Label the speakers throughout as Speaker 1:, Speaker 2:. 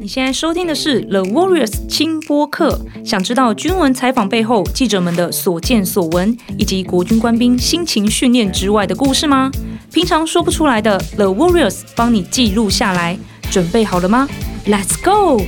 Speaker 1: 你现在收听的是 The Warriors 轻播客。想知道军文采访背后记者们的所见所闻，以及国军官兵辛勤训练之外的故事吗？平常说不出来的 The Warriors 帮你记录下来，准备好了吗？Let's go！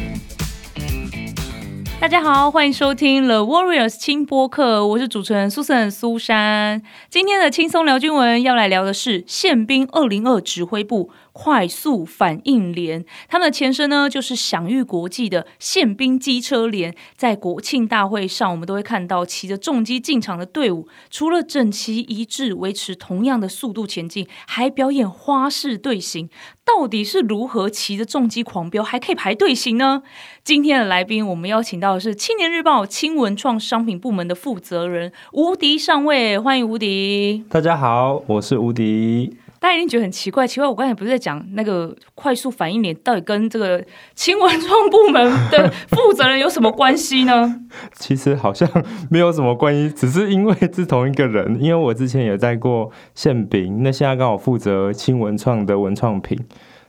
Speaker 1: 大家好，欢迎收听 The Warriors 轻播客，我是主持人 Susan 苏珊。今天的轻松聊军文要来聊的是宪兵二零二指挥部快速反应连，他们的前身呢就是享誉国际的宪兵机车连。在国庆大会上，我们都会看到骑着重机进场的队伍，除了整齐一致、维持同样的速度前进，还表演花式队形。到底是如何骑着重机狂飙还可以排队形呢？今天的来宾，我们邀请到的是《青年日报》轻文创商品部门的负责人吴迪上尉，欢迎吴迪。
Speaker 2: 大家好，我是吴迪。
Speaker 1: 大家一定觉得很奇怪，奇怪，我刚才不是在讲那个快速反应脸到底跟这个轻文创部门 的负责人有什么关系呢？
Speaker 2: 其实好像 没有什么关系，只是因为是同一个人。因为我之前也在过馅饼，那现在刚好负责轻文创的文创品，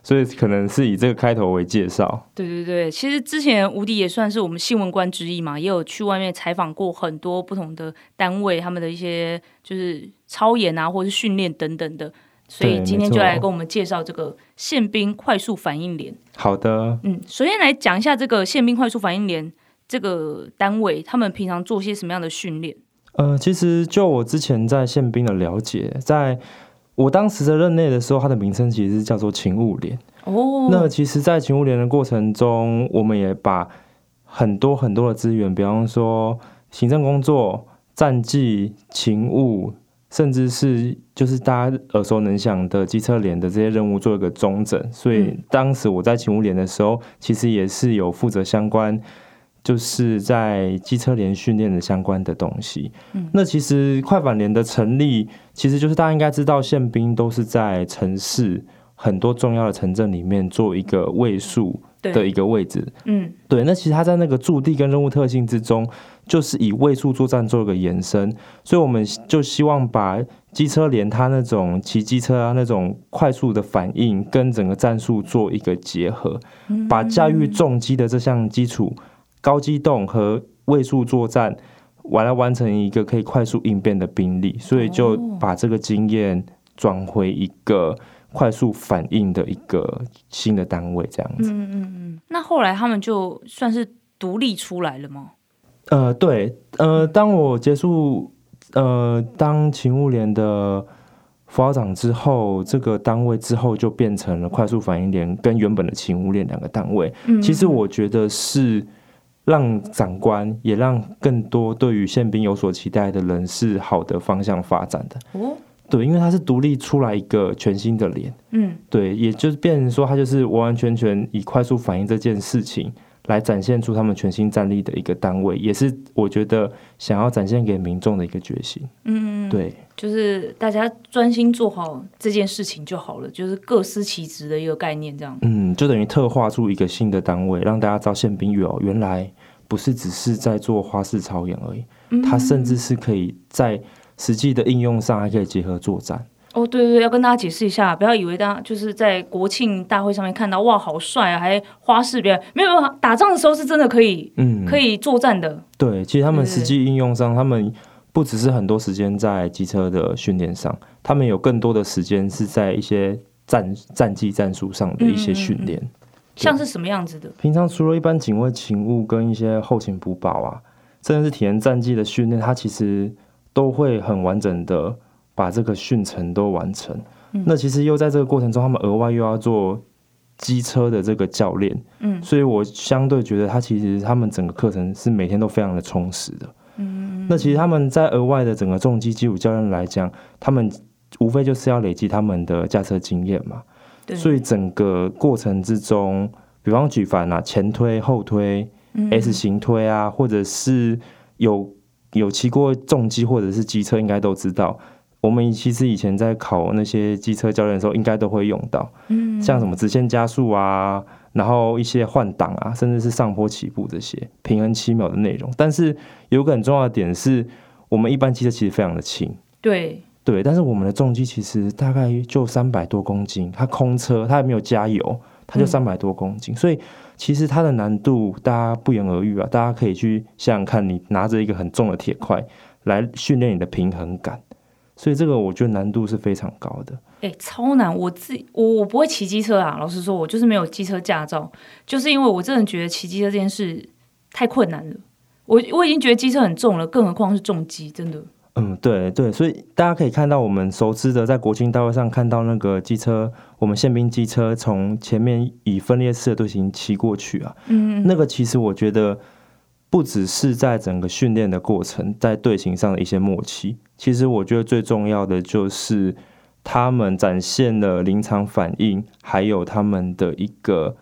Speaker 2: 所以可能是以这个开头为介绍。
Speaker 1: 对对对，其实之前吴迪也算是我们新闻官之一嘛，也有去外面采访过很多不同的单位，他们的一些就是操演啊，或是训练等等的。所以
Speaker 2: 对
Speaker 1: 今天就
Speaker 2: 没错
Speaker 1: 来跟我们介绍这个宪兵快速反应连。
Speaker 2: 好的，
Speaker 1: 嗯，首先来讲一下这个宪兵快速反应连这个单位，他们平常做些什么样的训练？
Speaker 2: 呃，其实就我之前在宪兵的了解，在我当时的任内的时候，它的名称其实是叫做勤务连。
Speaker 1: 哦，
Speaker 2: 那其实，在勤务联的过程中，我们也把很多很多的资源，比方说行政工作、战绩、勤务，甚至是就是大家耳熟能详的机车连的这些任务做一个中整。所以
Speaker 1: 嗯
Speaker 2: 当时我在勤务连的时候，其实也是有负责相关。就是在机车连训练的相关的东西。
Speaker 1: 嗯
Speaker 2: 那其实快反连的成立，其实就是大家应该知道，宪兵都是在城市很多重要的城镇里面做一个位数的
Speaker 1: 对，
Speaker 2: 一个位置。
Speaker 1: 嗯
Speaker 2: 对，那其实它在那个驻地跟任务特性之中，就是以位数作战做一个延伸，所以我们就希望把机车连它那种骑机车啊那种快速的反应，跟整个战术做一个结合，把驾驭重机的这项基础、高机动和位数作战，完来完成一个可以快速应变的兵力，所以就
Speaker 1: 哦
Speaker 2: 把这个经验转回一个快速反应的一个新的单位这样子。
Speaker 1: 嗯嗯嗯。那后来他们就算是独立出来了吗？
Speaker 2: 呃，对，呃，当我结束呃当勤务连的副校长之后，这个单位之后就变成了快速反应连跟原本的勤务连两个单位。
Speaker 1: 嗯，
Speaker 2: 其实我觉得是让长官也让更多对于宪兵有所期待的人是好的方向发展的。
Speaker 1: 哦，
Speaker 2: 对，因为它是独立出来一个全新的连。
Speaker 1: 嗯
Speaker 2: 对，也就是变成说，他就是完完全全以快速反应这件事情来展现出他们全新战力的一个单位，也是我觉得想要展现给民众的一个决心。
Speaker 1: 嗯，嗯，
Speaker 2: 对，
Speaker 1: 就是大家专心做好这件事情就好了，就是各司其职的一个概念，这样。
Speaker 2: 嗯，就等于特化出一个新的单位，让大家知道宪兵育哦，原来不是只是在做花式操演而已，
Speaker 1: 嗯
Speaker 2: 它甚至是可以在实际的应用上还可以结合作战。
Speaker 1: 哦，对对对，要跟大家解释一下，不要以为大家就是在国庆大会上面看到哇，好帅啊，还花式表演，没有没有，打仗的时候是真的可以、
Speaker 2: 嗯，
Speaker 1: 可以作战的。
Speaker 2: 对，其实他
Speaker 1: 对
Speaker 2: 们
Speaker 1: 对
Speaker 2: 实
Speaker 1: 对
Speaker 2: 际应用上，他们不只是很多时间在机车的训练上，他们有更多的时间是在一些战战技战术上的一些训练。
Speaker 1: 像是什么样子的？
Speaker 2: 平常除了一般警卫勤务跟一些后勤补保啊，甚至是体验战技的训练，它其实都会很完整的把这个训程都完成。那其实又在这个过程中，他们额外又要做机车的这个教练，
Speaker 1: 嗯
Speaker 2: 所以我相对觉得他其实他们整个课程是每天都非常的充实的。嗯，那其实他们在额外的整个重机基础教练来讲，他们无非就是要累积他们的驾车经验嘛。
Speaker 1: 对，
Speaker 2: 所以整个过程之中，比方举凡啊前推、后推、S
Speaker 1: 嗯
Speaker 2: 型推啊，或者是有有骑过重机或者是机车，应该都知道。我们其实以前在考那些机车教练的时候，应该都会用到，
Speaker 1: 嗯
Speaker 2: 像什么直线加速啊，然后一些换挡啊，甚至是上坡起步这些平衡七秒的内容。但是有一个很重要的点是，我们一般机车其实非常的轻，
Speaker 1: 对，
Speaker 2: 对，但是我们的重机其实大概就三百多公斤，它空车，它还没有加油，它就
Speaker 1: 嗯
Speaker 2: 三百多公斤，所以其实它的难度大家不言而喻啊，大家可以去想想看，你拿着一个很重的铁块来训练你的平衡感，所以这个我觉得难度是非常高的。
Speaker 1: 哎、超难！我自己我我不会骑机车啊，老实说，我就是没有机车驾照，就是因为我真的觉得骑机车这件事太困难了。我我已经觉得机车很重了，更何况是重机，真的。
Speaker 2: 嗯，对对，所以大家可以看到我们熟知的，在国庆大会上看到那个机车，我们宪兵机车从前面以分列式的队形骑过去啊，
Speaker 1: 嗯，
Speaker 2: 那个其实我觉得不只是在整个训练的过程，在队形上的一些默契，其实我觉得最重要的就是他们展现了临场反应，还有他们的一个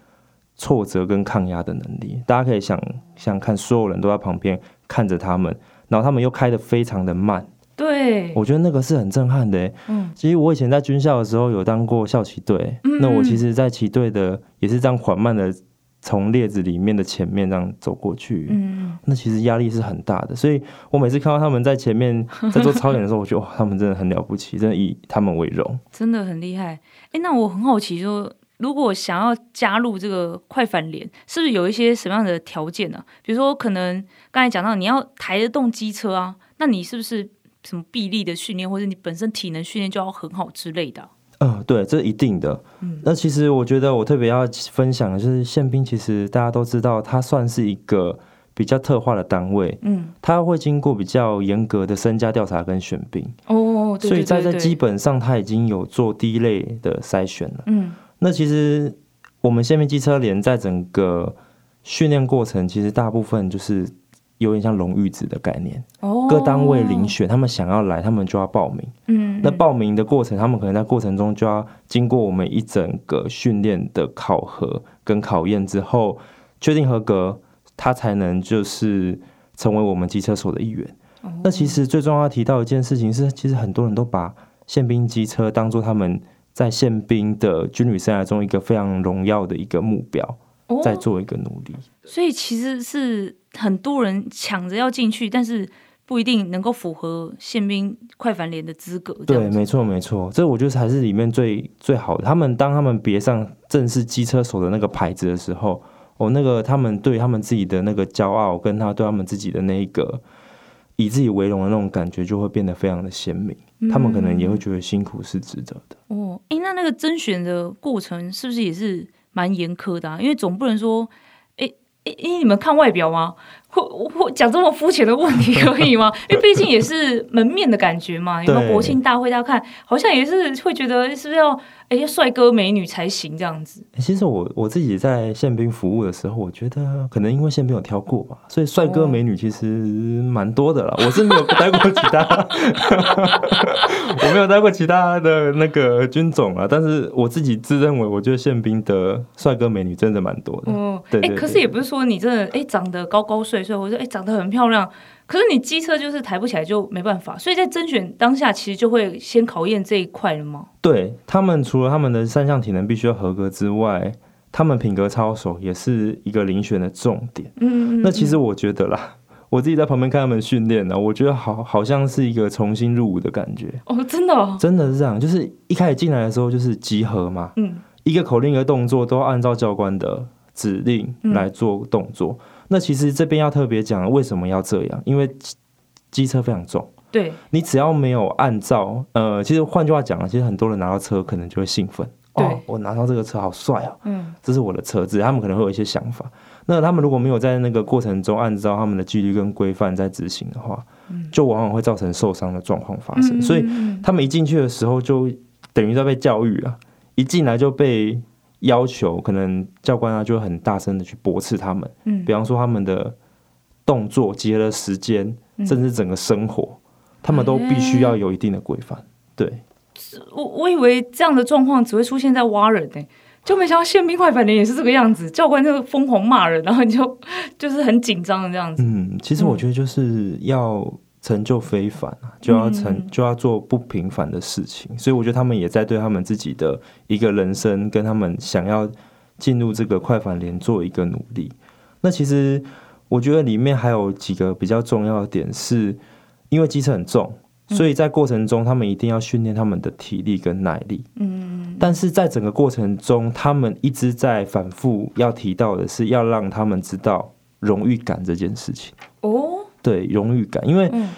Speaker 2: 挫折跟抗压的能力。大家可以想想看，所有人都在旁边看着他们，然后他们又开得非常的慢，
Speaker 1: 对，
Speaker 2: 我觉得那个是很震撼的欸。
Speaker 1: 嗯
Speaker 2: 其实我以前在军校的时候有当过校旗队，
Speaker 1: 嗯
Speaker 2: 那我其实，在旗队的也是这样缓慢的从列子里面的前面这样走过去，
Speaker 1: 嗯，
Speaker 2: 那其实压力是很大的。所以我每次看到他们在前 面在做操演的时候，我觉得哇，他们真的很了不起，真的以他们为荣。
Speaker 1: 真的很厉害。哎、那我很好奇说如果想要加入这个快反联，是不是有一些什么样的条件呢、比如说，可能刚才讲到你要抬得动机车啊，那你是不是什么臂力的训练，或者你本身体能训练就要很好之类的啊、
Speaker 2: 嗯，对，这一定的。
Speaker 1: 嗯
Speaker 2: 那其实我觉得我特别要分享的就是宪兵，其实大家都知道，它算是一个比较特化的单位，
Speaker 1: 嗯，
Speaker 2: 它会经过比较严格的身家调查跟选兵。
Speaker 1: 哦，对
Speaker 2: 所以
Speaker 1: 对
Speaker 2: 在
Speaker 1: 对
Speaker 2: 在
Speaker 1: 对，
Speaker 2: 基本上，他已经有做第一类的筛选了。
Speaker 1: 嗯
Speaker 2: 那其实我们下面机车连在整个训练过程，其实大部分就是有点像荣誉值的概念，
Speaker 1: 哦，
Speaker 2: 各单位遴选，他们想要来，他们就要报名。
Speaker 1: 嗯，嗯
Speaker 2: 那报名的过程，他们可能在过程中就要经过我们一整个训练的考核跟考验之后，确定合格，他才能就是成为我们机车所的一员。
Speaker 1: 哦
Speaker 2: 那其实最重要要提到一件事情是，其实很多人都把宪兵机车当做他们在宪兵的军旅生涯中一个非常荣耀的一个目标，
Speaker 1: 哦
Speaker 2: 在做一个努力。
Speaker 1: 所以其实是很多人抢着要进去，但是不一定能够符合宪兵快反联的资格。这
Speaker 2: 对，
Speaker 1: 样子
Speaker 2: 没错，没错，这我觉得还是里面最最好的。他们当他们别上正式机车手的那个牌子的时候，哦，那个他们对他们自己的那个骄傲，跟他对他们自己的那一个以自己为荣的那种感觉，就会变得非常的鲜明。他们可能
Speaker 1: 嗯
Speaker 2: 也会觉得辛苦是值得的。
Speaker 1: 哦，诶，那那个甄选的过程是不是也是蛮严苛的、啊？因为总不能说，诶诶，诶你们看外表吗？或或讲这么肤浅的问题可 以吗？因为毕竟也是门面的感觉嘛。有没有
Speaker 2: 对
Speaker 1: 国庆大会大家看，好像也是会觉得是不是要诶帅哥美女才行这样子？
Speaker 2: 其实我我自己在宪兵服务的时候，我觉得可能因为宪兵有挑过吧，所以帅哥
Speaker 1: 哦
Speaker 2: 美女其实蛮多的啦。我是没有待过其他， 我没有待过其他的那个军种啊，但是我自己自认为，我觉得宪兵的帅哥美女真的蛮多的。
Speaker 1: 哦，
Speaker 2: 嗯对对
Speaker 1: 诶
Speaker 2: 对
Speaker 1: 可是也不是说你真的诶哎长得高高帅帅，或者说诶哎长得很漂亮，可是你机车就是抬不起来就没办法。所以在甄选当下，其实就会先考验这一块了吗？
Speaker 2: 对他们，除了他们的三项体能必须要合格之外，他们品格操守也是一个遴选的重点。
Speaker 1: 嗯，嗯
Speaker 2: 那其实我觉得啦，我自己在旁边看他们训练啊呢、我觉得好好像是一个重新入伍的感觉。
Speaker 1: 嗯哦，真的、哦，
Speaker 2: 真的是这样，就是一开始进来的时候就是集合嘛，
Speaker 1: 嗯。
Speaker 2: 一个口令一个动作都要按照教官的指令来做动作。那其实这边要特别讲为什么要这样，因为机机车非常重，
Speaker 1: 对，
Speaker 2: 你只要没有按照呃，其实换句话讲，其实很多人拿到车可能就会兴奋，
Speaker 1: 对
Speaker 2: 哦，我拿到这个车好帅啊，
Speaker 1: 嗯，
Speaker 2: 这是我的车子，他们可能会有一些想法。那他们如果没有在那个过程中按照他们的纪律跟规范在执行的话，就往往会造成受伤的状况发生。啊所以
Speaker 1: 嗯
Speaker 2: 他们一进去的时候就等于在被教育啊，一进来就被要求，可能教官啊就会很大声的去驳斥他们，
Speaker 1: 嗯
Speaker 2: 比方说他们的动作、结了时间，
Speaker 1: 嗯
Speaker 2: 甚至整个生活，他们都必须要有一定的规范。对，
Speaker 1: 我我以为这样的状况只会出现在挖人呢、就没想到宪兵快反连也是这个样子，教官就疯狂骂人，然后你就就是很紧张的这样子。
Speaker 2: 嗯，其实我觉得就是要成就非凡啊，就要成
Speaker 1: 嗯
Speaker 2: 就要做不平凡的事情，所以我觉得他们也在对他们自己的一个人生跟他们想要进入这个快反联做一个努力。那其实我觉得里面还有几个比较重要的点是，因为机车很重，所以在过程中，他们一定要训练他们的体力跟耐力。嗯，但是在整个过程中，他们一直在反复要提到的是，要让他们知道荣誉感这件事情。
Speaker 1: 哦，
Speaker 2: 对，荣誉感，因为
Speaker 1: 嗯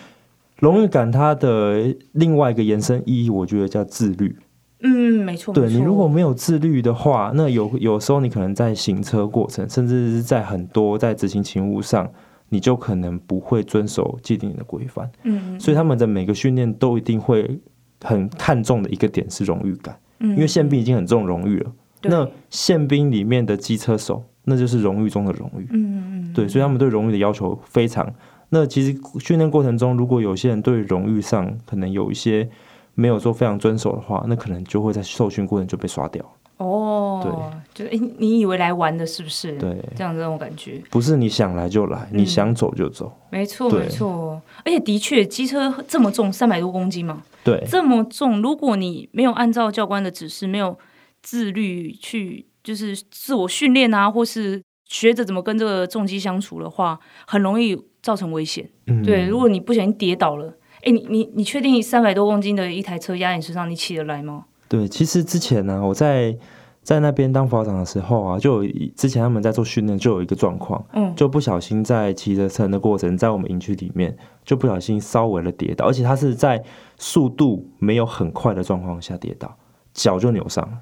Speaker 2: 荣誉感它的另外一个延伸意义，我觉得叫自律。
Speaker 1: 嗯，没错，
Speaker 2: 对
Speaker 1: 没错
Speaker 2: 你如果没有自律的话，那有有时候你可能在行车过程，甚至是在很多在执行勤务上，你就可能不会遵守既定的规范。
Speaker 1: 嗯，
Speaker 2: 所以他们的每个训练都一定会很看重的一个点是荣誉感，
Speaker 1: 嗯
Speaker 2: 因为宪兵已经很重荣誉了。
Speaker 1: 对
Speaker 2: 那宪兵里面的机车手，那就是荣誉中的荣誉。
Speaker 1: 嗯嗯
Speaker 2: 对，所以他们对荣誉的要求非常。那其实训练过程中，如果有些人对荣誉上可能有一些没有做非常遵守的话，那可能就会在受训过程就被刷掉。
Speaker 1: 哦，对，就是诶你以为来玩的是不是？，
Speaker 2: 对，
Speaker 1: 这样子那种感觉。
Speaker 2: 不是你想来就来，
Speaker 1: 嗯
Speaker 2: 你想走就走。
Speaker 1: 没错，
Speaker 2: 对
Speaker 1: 没错，而且的确，机车这么重，三百多公斤嘛，
Speaker 2: 对，
Speaker 1: 这么重，如果你没有按照教官的指示，没有自律去就是自我训练啊，或是学着怎么跟这个重击相处的话，很容易造成危险。
Speaker 2: 嗯
Speaker 1: 对，如果你不小心跌倒了，哎，你你你确定三百多公斤的一台车压在你身上，你起得来吗？
Speaker 2: 对，其实之前呢、啊我在在那边当法长的时候啊，就有一之前他们在做训练，就有一个状况，
Speaker 1: 嗯
Speaker 2: 就不小心在骑着车的过程，在我们营区里面就不小心稍微的跌倒，而且他是在速度没有很快的状况下跌倒，脚就扭伤了，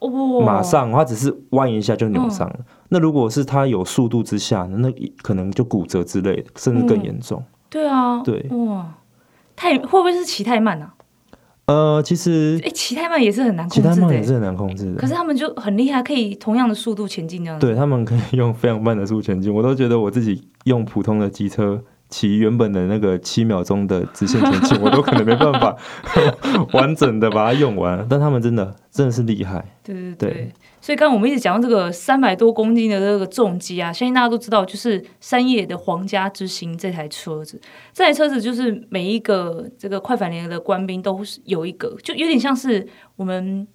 Speaker 1: 哦，
Speaker 2: 马上他只是弯一下就扭伤了。
Speaker 1: 嗯
Speaker 2: 那如果是他有速度之下，那可能就骨折之类的，甚至更
Speaker 1: 嗯
Speaker 2: 严重。
Speaker 1: 对啊，
Speaker 2: 对
Speaker 1: 哇，太会不会是骑太慢啊？
Speaker 2: 呃，其实
Speaker 1: 哎，骑太慢也是很难
Speaker 2: 其
Speaker 1: 控
Speaker 2: 他
Speaker 1: 制
Speaker 2: 慢
Speaker 1: 的
Speaker 2: 也是
Speaker 1: 欸。
Speaker 2: 很难控制的
Speaker 1: 可。是他们就很厉害，可以同样的速度前进这样子。
Speaker 2: 对他们可以用非常慢的速度前进，我 都觉得我自己用普通的机车骑原本的那个七秒钟的直线前 进，我都可能没办法 完整的把它用完。但他们真的真的是厉害，
Speaker 1: 对对对，
Speaker 2: 对
Speaker 1: 所以刚刚我们一直讲到这个三百多公斤的这个重机啊，相信大家都知道，就是山野的皇家之星这台车子。这台车子就是每一个这个快反连的官兵都是有一个，就有点像是我们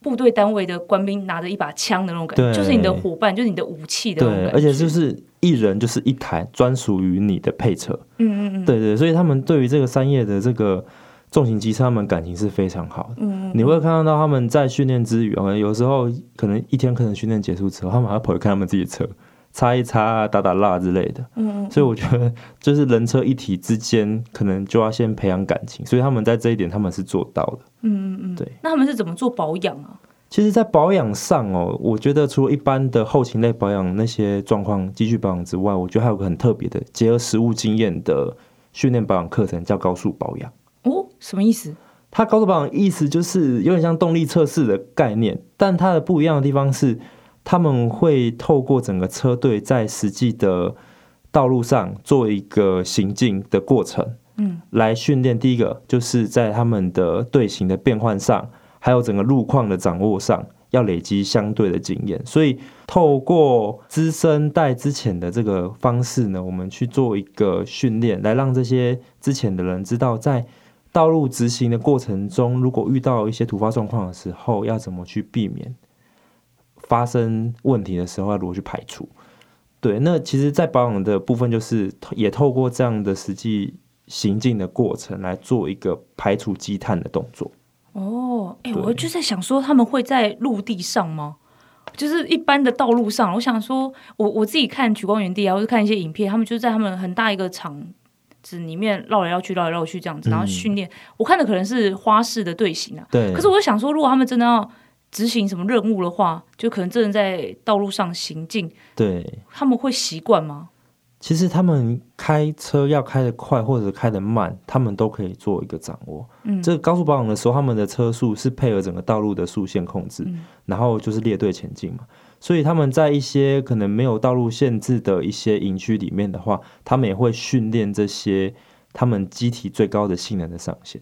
Speaker 1: 部队单位的官兵拿着一把枪的那种感觉，
Speaker 2: 对
Speaker 1: 就是你的伙伴，就是你的武器的那种
Speaker 2: 对，
Speaker 1: 感觉。
Speaker 2: 而且就是一人就是一台专属于你的配车，
Speaker 1: 嗯嗯嗯，
Speaker 2: 对对，所以他们对于这个三叶的这个重型机车，他们感情是非常好的。
Speaker 1: 嗯
Speaker 2: 你会看到他们在训练之余，呃有时候可能一天可能训练结束之后，他们还会跑去看他们自己的车，擦一擦啊、打打蜡之类的。
Speaker 1: 嗯嗯
Speaker 2: 所以我觉得就是人车一体之间，可能就要先培养感情，所以他们在这一点他们是做到的。
Speaker 1: 嗯嗯，
Speaker 2: 对。
Speaker 1: 那他们是怎么做保养啊？
Speaker 2: 其实，在保养上哦，我觉得除了一般的后勤类保养那些状况继续保养之外，我觉得还有个很特别的，结合实物经验的训练保养课程，叫高速保养。
Speaker 1: 哦，什么意思？
Speaker 2: 它高速保养意思就是有点像动力测试的概念，但它的不一样的地方是，他们会透过整个车队在实际的道路上做一个行进的过程，
Speaker 1: 嗯，
Speaker 2: 来训练第一个就是在他们的队形的变换上，还有整个路况的掌握上。要累积相对的经验，所以透过资深带之前的这个方式呢，我们去做一个训练，来让这些之前的人知道，在道路执行的过程中，如果遇到一些突发状况的时候，要怎么去避免发生问题的时候，要如何去排除？对，那其实，在保养的部分，就是透也透过这样的实际行进的过程来做一个排除积碳的动作。
Speaker 1: 哦，哎、
Speaker 2: 对
Speaker 1: 我就在想说，他们会在陆地上吗？就是一般的道路上，我想说，我我自己看举光原地啊，或者看一些影片，他们就是在他们很大一个场子里面绕来绕去、绕来绕去这样子，然后
Speaker 2: 嗯
Speaker 1: 训练。我看的可能是花式的队形啊，
Speaker 2: 对，
Speaker 1: 可是我就想说，如果他们真的要执行什么任务的话，就可能真的在道路上行进，
Speaker 2: 对，
Speaker 1: 他们会习惯吗？
Speaker 2: 其实他们开车要开得快或者开得慢，他们都可以做一个掌握。
Speaker 1: 嗯
Speaker 2: 这个高速保养的时候，他们的车速是配合整个道路的速限控制，
Speaker 1: 嗯
Speaker 2: 然后就是列队前进嘛。所以他们在一些可能没有道路限制的一些营区里面的话，他们也会训练这些他们机体最高的性能的上限。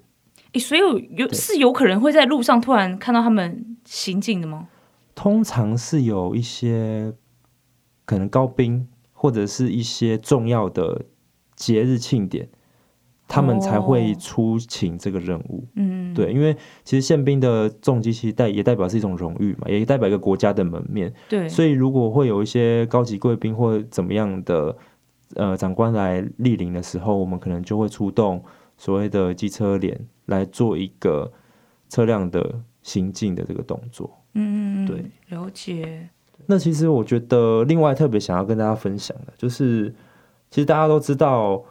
Speaker 1: 哎、所以有有
Speaker 2: 对
Speaker 1: 是有可能会在路上突然看到他们行进的吗？
Speaker 2: 通常是有一些可能高兵或者是一些重要的节日庆典，他们才会
Speaker 1: 哦
Speaker 2: 出勤这个任务。
Speaker 1: 嗯，
Speaker 2: 对，因为其实宪兵的重击其实代也代表是一种荣誉嘛，也代表一个国家的门面。
Speaker 1: 对，
Speaker 2: 所以如果会有一些高级贵宾或怎么样的呃长官来莅临的时候，我们可能就会出动所谓的机车联来做一个车辆的行进的这个动作。
Speaker 1: 嗯，
Speaker 2: 对，
Speaker 1: 了解，
Speaker 2: 那其实我觉得另外特别想要跟大家分享的，就是其实大家都知道，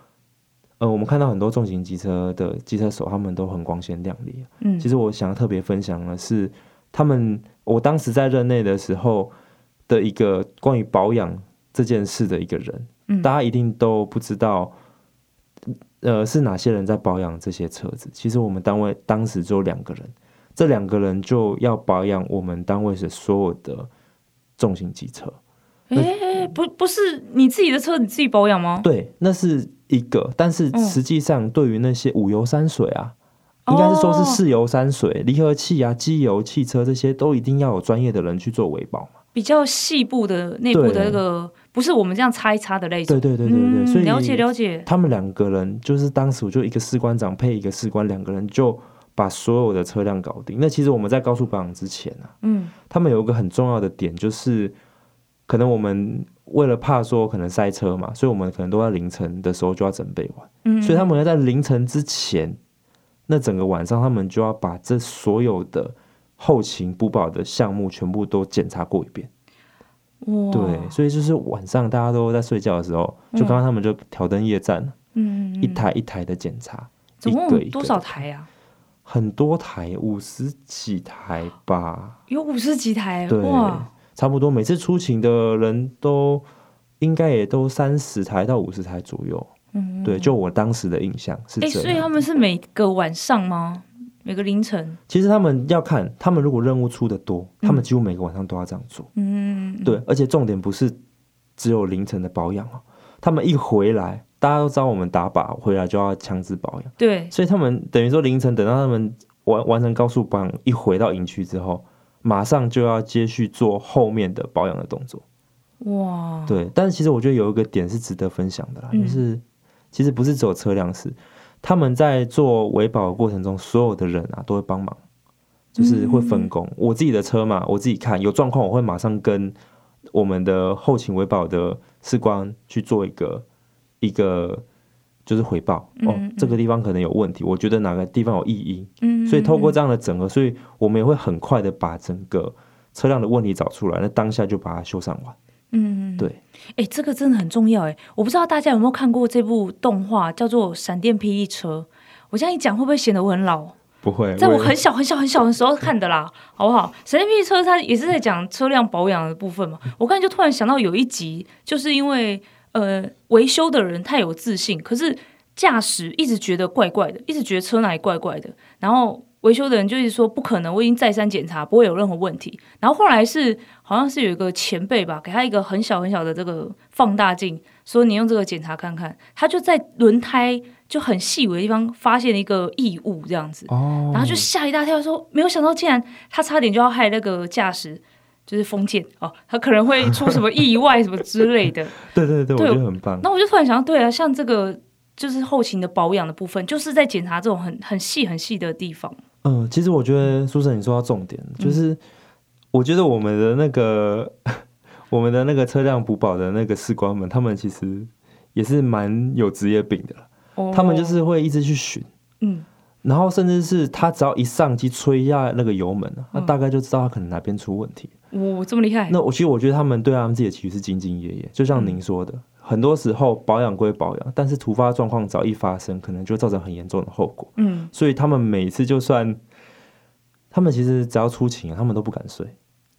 Speaker 2: 呃，我们看到很多重型机车的机车手，他们都很光鲜亮丽。啊
Speaker 1: 嗯，
Speaker 2: 其实我想要特别分享的是，他们我当时在任内的时候的一个关于保养这件事的一个人，
Speaker 1: 嗯
Speaker 2: 大家一定都不知道，呃，是哪些人在保养这些车子。其实我们单位当时只有两个人，这两个人就要保养我们单位的所有的重型机车。
Speaker 1: 哎，不，不是你自己的车，你自己保养吗？
Speaker 2: 呃对，那是一个，但是
Speaker 1: 嗯
Speaker 2: 实际上对于那些五油三水啊，应该是说是
Speaker 1: 哦、
Speaker 2: 四油三水、离合器啊、机油、汽车这些都一定要有专业的人去做维保嘛。
Speaker 1: 比较细部的内部的
Speaker 2: 对
Speaker 1: 那个，不是我们这样擦一擦的那种。
Speaker 2: 对对对对对，
Speaker 1: 嗯
Speaker 2: 所以
Speaker 1: 了解了解，
Speaker 2: 他们两个人就是当时我就一个士官长配一个士官，两个人就把所有的车辆搞定。那其实我们在高速保养之前啊，
Speaker 1: 嗯
Speaker 2: 他们有一个很重要的点就是，可能我们为了怕说可能塞车嘛，所以我们可能都在凌晨的时候就要准备完。
Speaker 1: 嗯，
Speaker 2: 所以他们要在凌晨之前，那整个晚上他们就要把这所有的后勤补保的项目全部都检查过一遍。
Speaker 1: 嗯哇，
Speaker 2: 对，所以就是晚上大家都在睡觉的时候，就刚刚他们就挑灯夜战，
Speaker 1: 嗯，嗯，
Speaker 2: 一
Speaker 1: 嗯
Speaker 2: 台一台的检查，
Speaker 1: 总
Speaker 2: 一个一
Speaker 1: 共
Speaker 2: 个
Speaker 1: 多少台啊？
Speaker 2: 很多台，五十几台吧，
Speaker 1: 有五十几台，
Speaker 2: 对
Speaker 1: 哎哇，
Speaker 2: 差不多每次出勤的人都。应该也都三十台到五十台左右，
Speaker 1: 嗯，
Speaker 2: 对，就我当时的印象是这
Speaker 1: 哎，
Speaker 2: 样。
Speaker 1: 所以他们是每个晚上吗？每个凌晨？
Speaker 2: 其实他们要看，他们如果任务出的多，
Speaker 1: 嗯
Speaker 2: 他们几乎每个晚上都要这样做。
Speaker 1: 嗯，嗯，
Speaker 2: 对，而且重点不是只有凌晨的保养哦，他们一回来，大家都知道我们打靶回来就要强制保养，
Speaker 1: 对，
Speaker 2: 所以他们等于说凌晨等到他们完完成高速保养，一回到营区之后，马上就要接续做后面的保养的动作。
Speaker 1: 哇，
Speaker 2: 对，但是其实我觉得有一个点是值得分享的啦，
Speaker 1: 嗯
Speaker 2: 就是其实不是只有车辆是他们在做维保的过程中，所有的人啊都会帮忙，就是会分
Speaker 1: 嗯
Speaker 2: 工。我自己的车嘛，我自己看有状况，我会马上跟我们的后勤维保的士官去做一个一个。就是回报哦
Speaker 1: 嗯嗯，
Speaker 2: 这个地方可能有问题，我觉得哪个地方有异议，
Speaker 1: 嗯，
Speaker 2: 所以透过
Speaker 1: 这
Speaker 2: 这样的整合，所以我们也会很快的把整个车辆的问题找出来，那当下就把它修缮完。
Speaker 1: 嗯，嗯
Speaker 2: 对，
Speaker 1: 哎、这个真的很重要哎！我不知道大家有没有看过这部动画，叫做《闪电霹雳车》。我这样一讲，会不会显得我很老？
Speaker 2: 不会，
Speaker 1: 在我
Speaker 2: 也
Speaker 1: 很小很小很小的时候看的啦，好不好？闪电霹雳车它也是在讲车辆保养的部分嘛。我刚才就突然想到有一集，就是因为呃维修的人太有自信，可是驾驶一直觉得怪怪的，一直觉得车哪里怪怪的，然后。维修的人就是说不可能，我已经再三检查，不会有任何问题。然后后来是好像是有一个前辈吧，给他一个很小很小的这个放大镜，说你用这个检查看看。他就在轮胎就很细微的地方发现了一个异物，这样子。
Speaker 2: 哦，
Speaker 1: 然后就吓一大跳说，没有想到竟然他差点就要害那个驾驶，就是封建哦，他可能会出什么意外什么之类的。
Speaker 2: 对对对，我
Speaker 1: 对
Speaker 2: 觉得很棒。
Speaker 1: 那我就突然想到，对啊，像这个就是后勤的保养的部分，就是在检查这种很很细很细的地方。
Speaker 2: 嗯、其实我觉得苏珊你说到重点，
Speaker 1: 嗯
Speaker 2: 就是我觉得我们的那个 我们的那个车辆补保的那个士官们，他们其实也是蛮有职业病的啦，
Speaker 1: 哦
Speaker 2: 他们就是会一直去巡。
Speaker 1: 嗯
Speaker 2: 然后甚至是他只要一上机吹一下那个油门啊，他
Speaker 1: 嗯
Speaker 2: 大概就知道他可能哪边出问题。
Speaker 1: 我、哦这么厉害，
Speaker 2: 那我其实我觉得他们对他们自己的期许是兢兢业业，就像
Speaker 1: 嗯
Speaker 2: 您说的，很多时候保养归保养，但是突发状况只要一发生，可能就会造成很严重的后果。
Speaker 1: 嗯，
Speaker 2: 所以他们每次就算他们其实只要出勤，他们都不敢睡。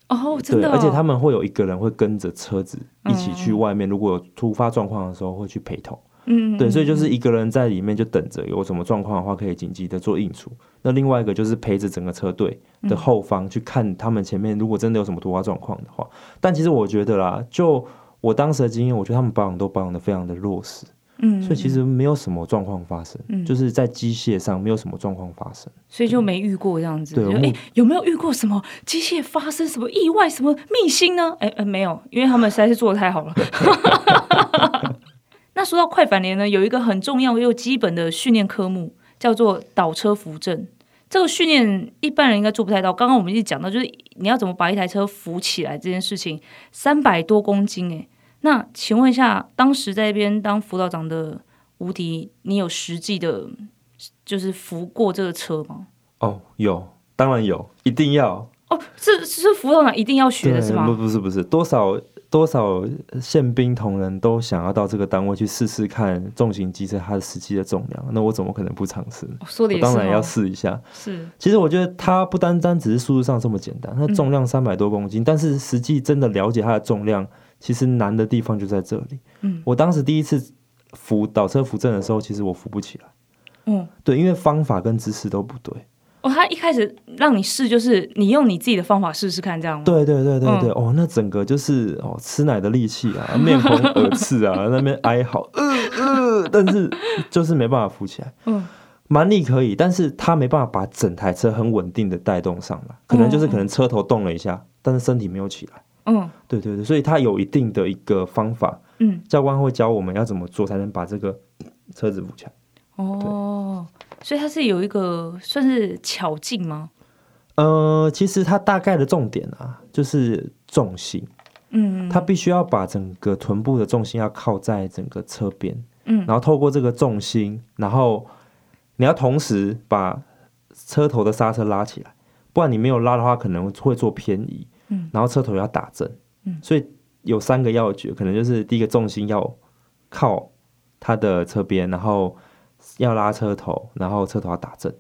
Speaker 1: 哦，真
Speaker 2: 对，
Speaker 1: 的哦、
Speaker 2: 而且他们会有一个人会跟着车子一起去
Speaker 1: 嗯
Speaker 2: 外面，如果有突发状况的时候会去陪同。
Speaker 1: 嗯，嗯
Speaker 2: 对，所以就
Speaker 1: 嗯
Speaker 2: 是一个人在里面就等着，有什么状况的话可以紧急的做应处。那另外一个就是陪着整个车队的后方去看他们前面，如果真的有什么突发状况的话。但其实我觉得啦，就我当时的经验，我觉得他们保养都保养的非常的落实，
Speaker 1: 嗯，
Speaker 2: 所以其实没有什么状况发生，
Speaker 1: 嗯
Speaker 2: 就是在机械上没有什么状况发生。
Speaker 1: 所以就没遇过这样子。
Speaker 2: 对
Speaker 1: 就
Speaker 2: 我
Speaker 1: 哎、诶有没有遇过什么机械发生什么意外、什么秘辛呢？哎、呃，没有，因为他们实在是做的太好了。 那说到快反联呢，有一个很重要又基本的训练科目叫做倒车扶正。这个训练一般人应该做不太到。刚刚我们一直讲到，就是你要怎么把一台车扶起来这件事情，三百多公斤哎、那请问一下，当时在那边当辅导长的吴迪，你有实际的就是扶过这个车吗？
Speaker 2: 哦，有，当然有，一定要。
Speaker 1: 哦，是是辅导长一定要学的是
Speaker 2: 对
Speaker 1: 吗？哦
Speaker 2: 不，不是，不是，多少多少宪兵同仁都想要到这个单位去试试看重型机车它的实际的重量，那我怎么可能不尝试？
Speaker 1: 哦说的
Speaker 2: 我
Speaker 1: 也是
Speaker 2: 当然
Speaker 1: 哦
Speaker 2: 要试一下。
Speaker 1: 是
Speaker 2: 其实我觉得它不单单只是数字上这么简单，它
Speaker 1: 嗯
Speaker 2: 重量三百多公斤，但是实际真的了解它的重量，其实难的地方就在这里。
Speaker 1: 嗯
Speaker 2: 我当时第一次扶倒车扶正的时候，其实我扶不起来，
Speaker 1: 嗯
Speaker 2: 对，因为方法跟姿势都不对。
Speaker 1: 哦，他一开始让你试，就是你用你自己的方法试试看，这样吗？
Speaker 2: 对对对对
Speaker 1: 嗯
Speaker 2: 对，哦，那整个就是哦，吃奶的力气 啊，面红耳赤啊， 那边哀嚎，呃呃，但是就是没办法扶起来。
Speaker 1: 嗯，
Speaker 2: 蛮力可以，但是他没办法把整台车很稳定的带动上来，可能就是可能车头动了一下，但是身体没有起来。
Speaker 1: 嗯
Speaker 2: 对对对，所以他有一定的一个方法，
Speaker 1: 嗯，
Speaker 2: 教官会教我们要怎么做才能把这个车子扶起来。
Speaker 1: 哦，所以他是有一个算是巧劲吗？
Speaker 2: 呃，其实它大概的重点啊，就是重心，
Speaker 1: 嗯，
Speaker 2: 它必须要把整个臀部的重心要靠在整个车边，
Speaker 1: 嗯
Speaker 2: 然后透过这个重心，然后你要同时把车头的刹车拉起来，不然你没有拉的话，可能会做偏移，
Speaker 1: 嗯，
Speaker 2: 然后车头要打正，
Speaker 1: 嗯，
Speaker 2: 所以有三个要诀，可能就是第一个重心要靠它的车边，然后要拉车头，然后车头要打正。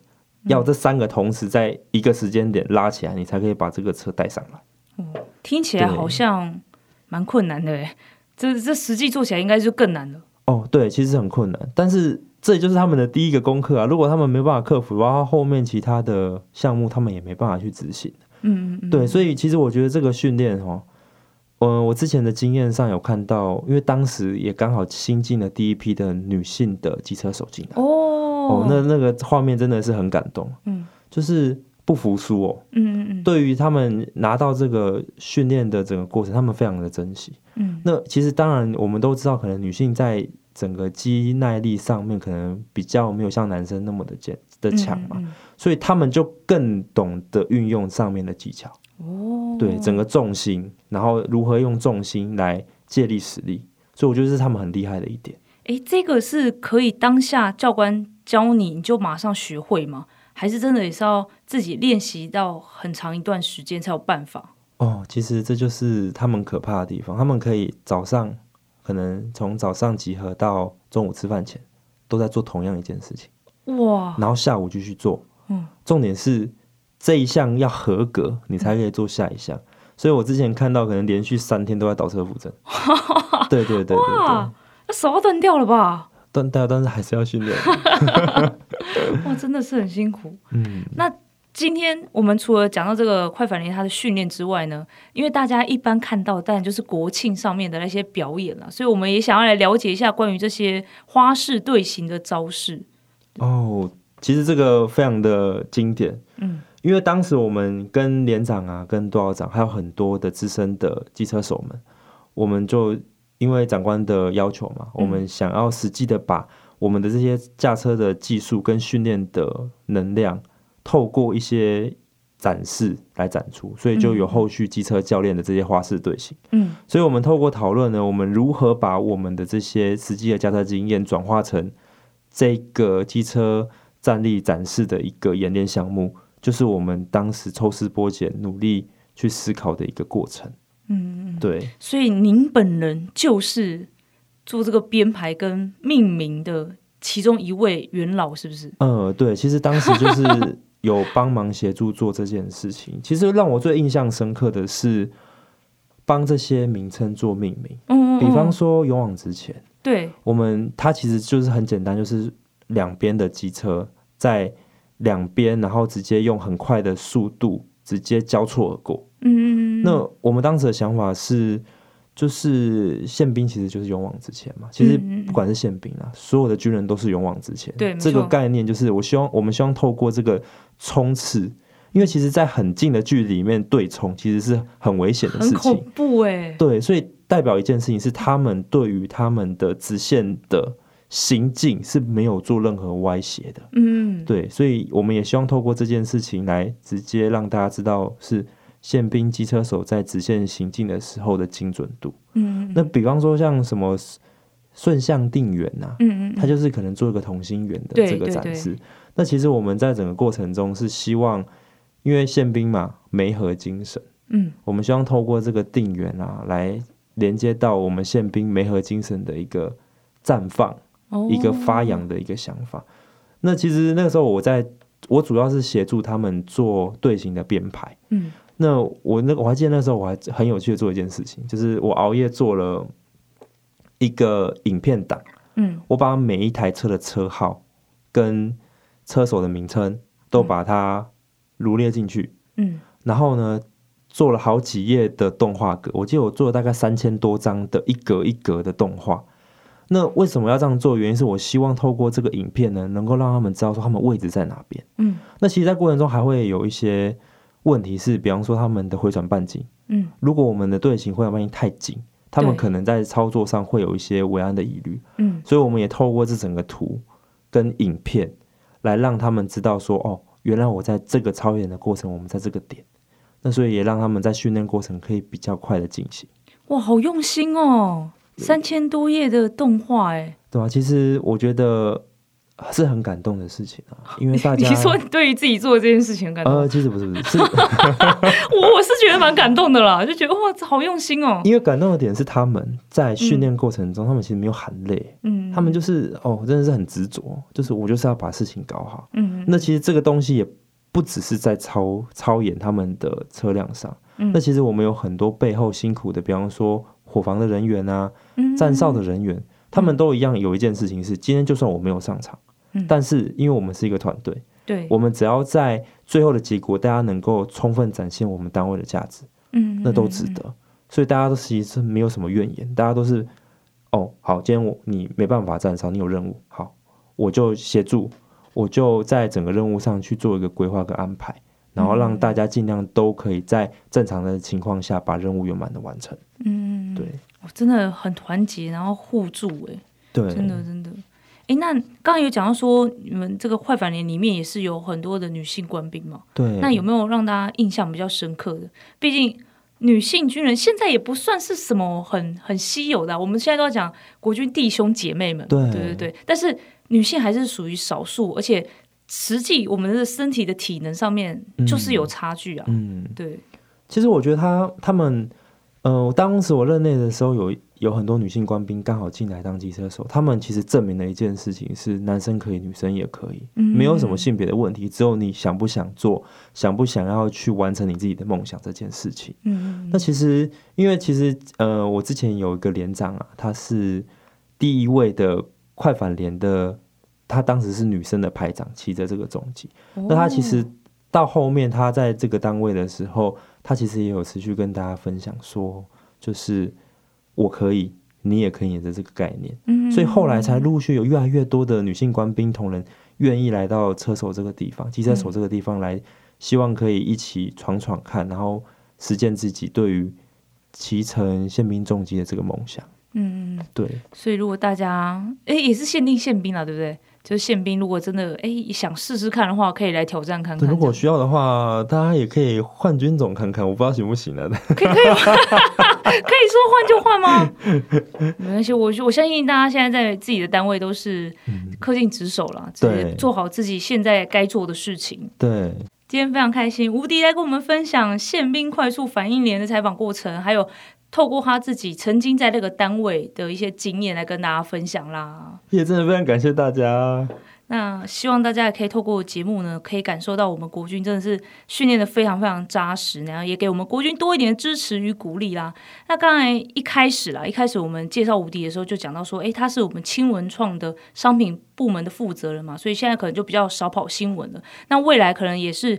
Speaker 2: 要这三个同时在一个时间点拉起来，你才可以把这个车带上来。
Speaker 1: 听起来
Speaker 2: 对
Speaker 1: 好像蛮困难的诶，这这实际做起来应该就更难了。
Speaker 2: 哦，对，其实很困难，但是这就是他们的第一个功课啊。如果他们没办法克服的话，他后面其他的项目他们也没办法去执行。
Speaker 1: 嗯嗯嗯，
Speaker 2: 对，所以其实我觉得这个训练哦，呃，我之前的经验上有看到，因为当时也刚好新进了第一批的女性的机车手进来，
Speaker 1: 哦
Speaker 2: 哦，那那个画面真的是很感动，
Speaker 1: 嗯，
Speaker 2: 就是不服输哦。
Speaker 1: 嗯嗯嗯
Speaker 2: 对于他们拿到这个训练的整个过程，他们非常的珍惜。
Speaker 1: 嗯
Speaker 2: 那其实当然，我们都知道，可能女性在整个肌耐力上面，可能比较没有像男生那么的健的强嘛，
Speaker 1: 嗯
Speaker 2: 所以他们就更懂得运用上面的技巧，
Speaker 1: 哦，
Speaker 2: 对整个重心，然后如何用重心来借力使力，所以我觉得这是他们很厉害的一点。
Speaker 1: 诶，这个是可以当下教官教你，你就马上学会吗？还是真的也是要自己练习到很长一段时间才有办法？
Speaker 2: 哦，其实这就是他们可怕的地方，他们可以早上可能从早上集合到中午吃饭前，都在做同样一件事情。
Speaker 1: 哇，
Speaker 2: 然后下午继续做。
Speaker 1: 嗯，
Speaker 2: 重点是这一项要合格，你才可以做下一项。所以我之前看到可能连续三天都在倒车扶 正。对对对对对
Speaker 1: 哇，那手要断掉了吧？
Speaker 2: 但但但是还是要训练。
Speaker 1: 哇，真的是很辛苦。
Speaker 2: 嗯，
Speaker 1: 今天我们除了讲到这个快反联它的训练之外呢，因为大家一般看到当然就是国庆上面的那些表演了，所以我们也想要来了解一下关于这些花式队形的招式。
Speaker 2: 哦，其实这个非常的经典。
Speaker 1: 嗯
Speaker 2: 因为当时我们跟连长啊、跟督导长，还有很多的资深的机车手们，我们就因为长官的要求嘛，我们想要实际的把我们的这些驾车的技术跟训练的能量，透过一些展示来展出，所以就有后续机车教练的这些花式队形。
Speaker 1: 嗯
Speaker 2: 所以我们透过讨论呢，我们如何把我们的这些实际的驾车经验转化成这个机车站立展示的一个演练项目，就是我们当时抽丝剥茧努力去思考的一个过程。
Speaker 1: 嗯，嗯
Speaker 2: 对，
Speaker 1: 所以您本人就是做这个编排跟命名的其中一位元老，是不是？
Speaker 2: 呃，对，其实当时就是有帮忙协助做这件 事情。其实让我最印象深刻的是帮这些名称做命名，
Speaker 1: 嗯，嗯
Speaker 2: 比方
Speaker 1: 嗯
Speaker 2: 说勇往直前。
Speaker 1: 对，
Speaker 2: 我们它其实就是很简单，就是两边的机车在两边，然后直接用很快的速度直接交错而过。
Speaker 1: 嗯，嗯嗯
Speaker 2: 那我们当时的想法是，就是宪兵其实就是勇往直前嘛。其实
Speaker 1: 嗯嗯
Speaker 2: 不管是宪兵啊，所有的军人都是勇往直前。
Speaker 1: 对没
Speaker 2: 这个
Speaker 1: 错
Speaker 2: 概念就是我希望我们希望透过这个冲刺。因为其实，在很近的距离里面对冲，其实是很危险的
Speaker 1: 嗯
Speaker 2: 事
Speaker 1: 很
Speaker 2: 情
Speaker 1: 恐。怖哎、
Speaker 2: 对，所以代表一件事情是，他们对于他们的直线的行进是没有做任何歪斜的。
Speaker 1: 嗯，
Speaker 2: 对，所以我们也希望透过这件事情来直接让大家知道是宪兵机车手在直线行进的时候的精准度。
Speaker 1: 嗯，嗯
Speaker 2: 那比方说像什么顺向定圆呐、
Speaker 1: 嗯嗯
Speaker 2: 它
Speaker 1: 嗯，
Speaker 2: 就是可能做一个同心圆的
Speaker 1: 对
Speaker 2: 这个
Speaker 1: 对
Speaker 2: 展
Speaker 1: 对
Speaker 2: 示。那其实我们在整个过程中是希望，因为宪兵嘛，媒合精神，
Speaker 1: 嗯，
Speaker 2: 我们希望透过这个定圆啊，来连接到我们宪兵媒合精神的一个绽放。
Speaker 1: 哦
Speaker 2: 一个发扬的一个想法。那其实那个时候我在，我主要是协助他们做队形的编排。
Speaker 1: 嗯
Speaker 2: 那我那个我还记得那时候我还很有趣的做一件事情，就是我熬夜做了一个影片档，
Speaker 1: 嗯
Speaker 2: 我把每一台车的车号跟车手的名称都把它罗列进去，
Speaker 1: 嗯
Speaker 2: 然后呢。做了好几页的动画格，我记得我做了大概三千多张的一格一格的动画，那为什么要这样做？原因是我希望透过这个影片呢，能够让他们知道说他们位置在哪边。
Speaker 1: 嗯
Speaker 2: 那其实，在过程中还会有一些问题是，比方说他们的回转半径，
Speaker 1: 嗯
Speaker 2: 如果我们的队形回转半径太紧，他们
Speaker 1: 对
Speaker 2: 可能在操作上会有一些维安的疑虑。
Speaker 1: 嗯
Speaker 2: 所以，我们也透过这整个图跟影片，来让他们知道说，哦，原来我在这个操演的过程，我们在这个点。那所以也让他们在训练过程可以比较快的进行。
Speaker 1: 哇，好用心哦，三千多页的动画哎，
Speaker 2: 对啊，其实我觉得呃是很感动的事情啊，因为大
Speaker 1: 你
Speaker 2: 家
Speaker 1: 说你对于自己做的这件事情很感动，
Speaker 2: 呃，其实不是不 是，是
Speaker 1: 我我是觉得蛮感动的啦，就觉得哇，这好用心哦，
Speaker 2: 因为感动的点是他们在训练过程中，他们其实没有喊累，
Speaker 1: 嗯，
Speaker 2: 他们就是哦，真的是很执着，就是我就是要把事情搞好。
Speaker 1: 嗯
Speaker 2: 那其实这个东西也不只是在操操演他们的车辆上，
Speaker 1: 嗯
Speaker 2: 那其实我们有很多背后辛苦的，比方说伙房的人员啊，
Speaker 1: 嗯
Speaker 2: 站哨的人员，他们都一样有一件事情是，今天就算我没有上场，
Speaker 1: 嗯
Speaker 2: 但是因为我们是一个团队。
Speaker 1: 对，
Speaker 2: 我们只要在最后的结果，大家能够充分展现我们单位的价值，
Speaker 1: 嗯
Speaker 2: 那都值得。所以大家都其实是没有什么怨言，大家都是哦，好，今天我你没办法站上，你有任务，好，我就协助，我就在整个任务上去做一个规划跟安排，然后让
Speaker 1: 嗯
Speaker 2: 大家尽量都可以在正常的情况下把任务圆满的完成。
Speaker 1: 嗯，嗯
Speaker 2: 对，
Speaker 1: 哦真的很团结，然后互助哎，
Speaker 2: 对，
Speaker 1: 真的真的。哎，那刚刚有讲到说，你们这个坏反联里面也是有很多的女性官兵嘛？
Speaker 2: 对。
Speaker 1: 那有没有让大家印象比较深刻的？毕竟女性军人现在也不算是什么很很稀有的啊、我们现在都要讲国军弟兄姐妹们，
Speaker 2: 对
Speaker 1: 对对对但是女性还是属于少数，而且实际我们的身体的体能上面就是有差距啊。
Speaker 2: 嗯，
Speaker 1: 对，
Speaker 2: 其实我觉得他他们，呃，当时我任内的时候有，有很多女性官兵刚好进来当机车手，他们其实证明了一件事情是男生可以，女生也可以，
Speaker 1: 嗯
Speaker 2: 没有什么性别的问题，只有你想不想做，想不想要去完成你自己的梦想这件事情。
Speaker 1: 嗯
Speaker 2: 那其实，因为其实，呃，我之前有一个连长啊，她是第一位的快反连的，她当时是女生的排长，骑着这个重机。
Speaker 1: 哦
Speaker 2: 那他其实到后面，他在这个单位的时候，他其实也有持续跟大家分享说，就是我可以，你也可以的这个概念。
Speaker 1: 嗯
Speaker 2: 所以后来才陆续有越来越多的女性官兵同仁愿意来到车手这个地方，机车手这个地方来，希望可以一起闯闯看，然后实践自己对于骑乘宪兵重机的这个梦想。
Speaker 1: 嗯，嗯
Speaker 2: 对，
Speaker 1: 所以如果大家哎也是限定宪兵啊，对不对？就是宪兵，如果真的哎想试试看的话，可以来挑战看看。
Speaker 2: 如果需要的话，大家也可以换军种看看，我不知道行不行啊。
Speaker 1: 可以可以吗， 可以说换就换吗？没关系，我我相信大家现在在自己的单位都是恪尽职守啦，自己
Speaker 2: 嗯对
Speaker 1: 做好自己现在该做的事情。
Speaker 2: 对，
Speaker 1: 今天非常开心，吴迪来跟我们分享宪兵快速反应连的采访过程，还有透过他自己曾经在那个单位的一些经验来跟大家分享啦。
Speaker 2: 也真的非常感谢大家。
Speaker 1: 那希望大家也可以透过节目呢，可以感受到我们国军真的是训练的非常非常扎实，然后也给我们国军多一点的支持与鼓励啦。那刚才一开始啦，一开始我们介绍吴迪的时候就讲到说，诶，他是我们轻文创的商品部门的负责人嘛，所以现在可能就比较少跑新闻了。那未来可能也是。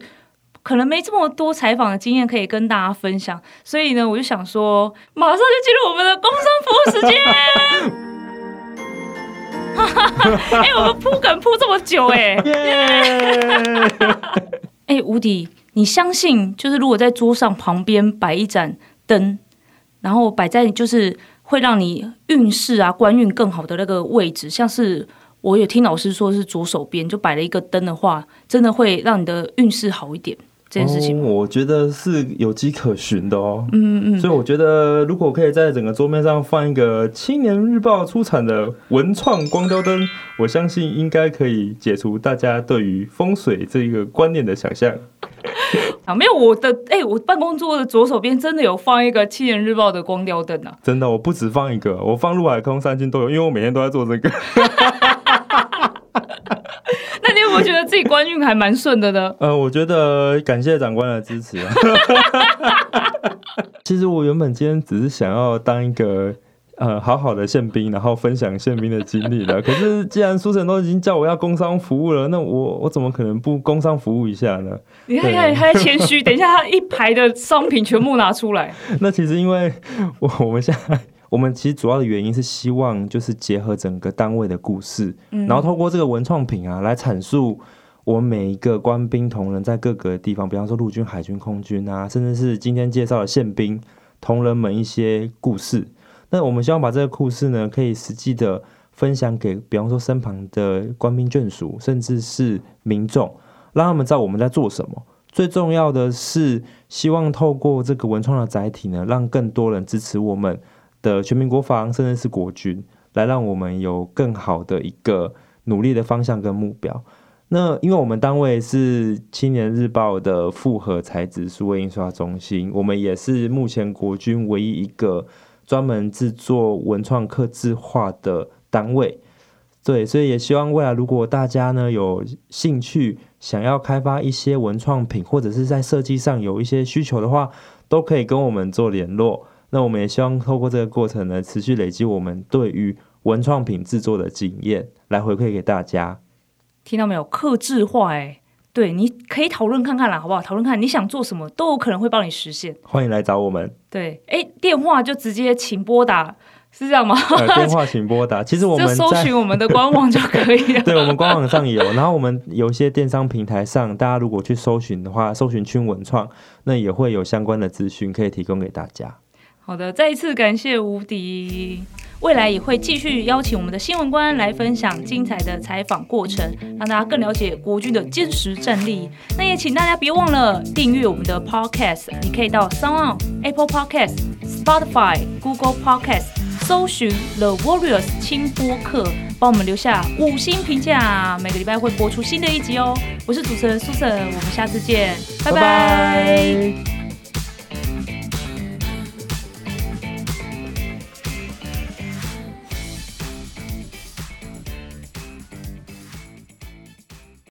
Speaker 1: 可能没这么多采访的经验可以跟大家分享，所以呢，我就想说，马上就进入我们的工商服务时间。 哎、我们铺梗铺这么久、诶。
Speaker 2: 耶、
Speaker 1: 哎、吴迪，你相信就是如果在桌上旁边摆一盏灯，然后摆在就是会让你运势啊、官运更好的那个位置，像是我有听老师说是左手边就摆了一个灯的话，真的会让你的运势好一点。 这件事情吗？
Speaker 2: 哦我觉得是有迹可循的哦。
Speaker 1: 嗯嗯
Speaker 2: 所以我觉得，如果可以在整个桌面上放一个《青年日报》出产的文创光雕灯，我相信应该可以解除大家对于风水这个观念的想象。
Speaker 1: 嗯，好，没有我的，哎、我办公桌的左手边真的有放一个《七年日报》的光雕灯啊，
Speaker 2: 真的，我不只放一个，我放陆海空三军都有，因为我每天都在做这个。
Speaker 1: 那你有没有觉得自己官运还蛮顺的呢？
Speaker 2: 呃，我觉得感谢长官的支持啊。 其实我原本今天只是想要当一个呃好好的宪兵，然后分享宪兵的经历的。可是既然苏晨都已经叫我要工商服务了，那我我怎么可能不工商服务一下呢？
Speaker 1: 你看，
Speaker 2: 对
Speaker 1: 看，还在谦虚。等一下，他一排的商品全部拿出来。
Speaker 2: 那其实因为我我们现在。我们其实主要的原因是希望就是结合整个单位的故事，
Speaker 1: 嗯
Speaker 2: 然后透过这个文创品啊来阐述我们每一个官兵同仁在各个地方，比方说陆军、海军、空军啊，甚至是今天介绍的宪兵同仁们一些故事。那我们希望把这个故事呢，可以实际的分享给，比方说身旁的官兵眷属，甚至是民众，让他们知道我们在做什么。最重要的是，希望透过这个文创的载体呢，让更多人支持我们的全民国防，甚至是国军，来让我们有更好的一个努力的方向跟目标。那因为我们单位是《青年日报》的复合材质数位印刷中心，我们也是目前国军唯一一个专门制作文创刻字化的单位。对，所以也希望未来如果大家呢有兴趣，想要开发一些文创品，或者是在设计上有一些需求的话，都可以跟我们做联络。那我们也希望透过这个过程呢，持续累积我们对于文创品制作的经验，来回馈给大家。
Speaker 1: 听到没有？克制化、哎，对，你可以讨论看看啦，好不好？讨论看你想做什么，都有可能会帮你实现。
Speaker 2: 欢迎来找 我们，
Speaker 1: 对，哎、电话就直接请拨打，是这样吗？
Speaker 2: 呃、电话请拨打。其实我
Speaker 1: 就
Speaker 2: 们
Speaker 1: 搜
Speaker 2: 在
Speaker 1: 寻我们的官网就可以了。
Speaker 2: 对我们官网上有，然后我们有一些电商平台上，大家如果去搜寻的话，搜寻“圈文创”，那也会有相关的资讯可以提供给大家。
Speaker 1: 好的，再一次感谢吴迪。未来也会继续邀请我们的新闻官来分享精彩的采访过程，让大家更了解国军的坚实战力。那也请大家别忘了订阅我们的 Podcast，你可以到 Sound、Apple Podcast、Spotify、Google Podcast 搜寻 The Warriors 轻播客，帮我们留下五星评价。每个礼拜会播出新的一集哦。我是主持人苏 n 我们下次见，拜拜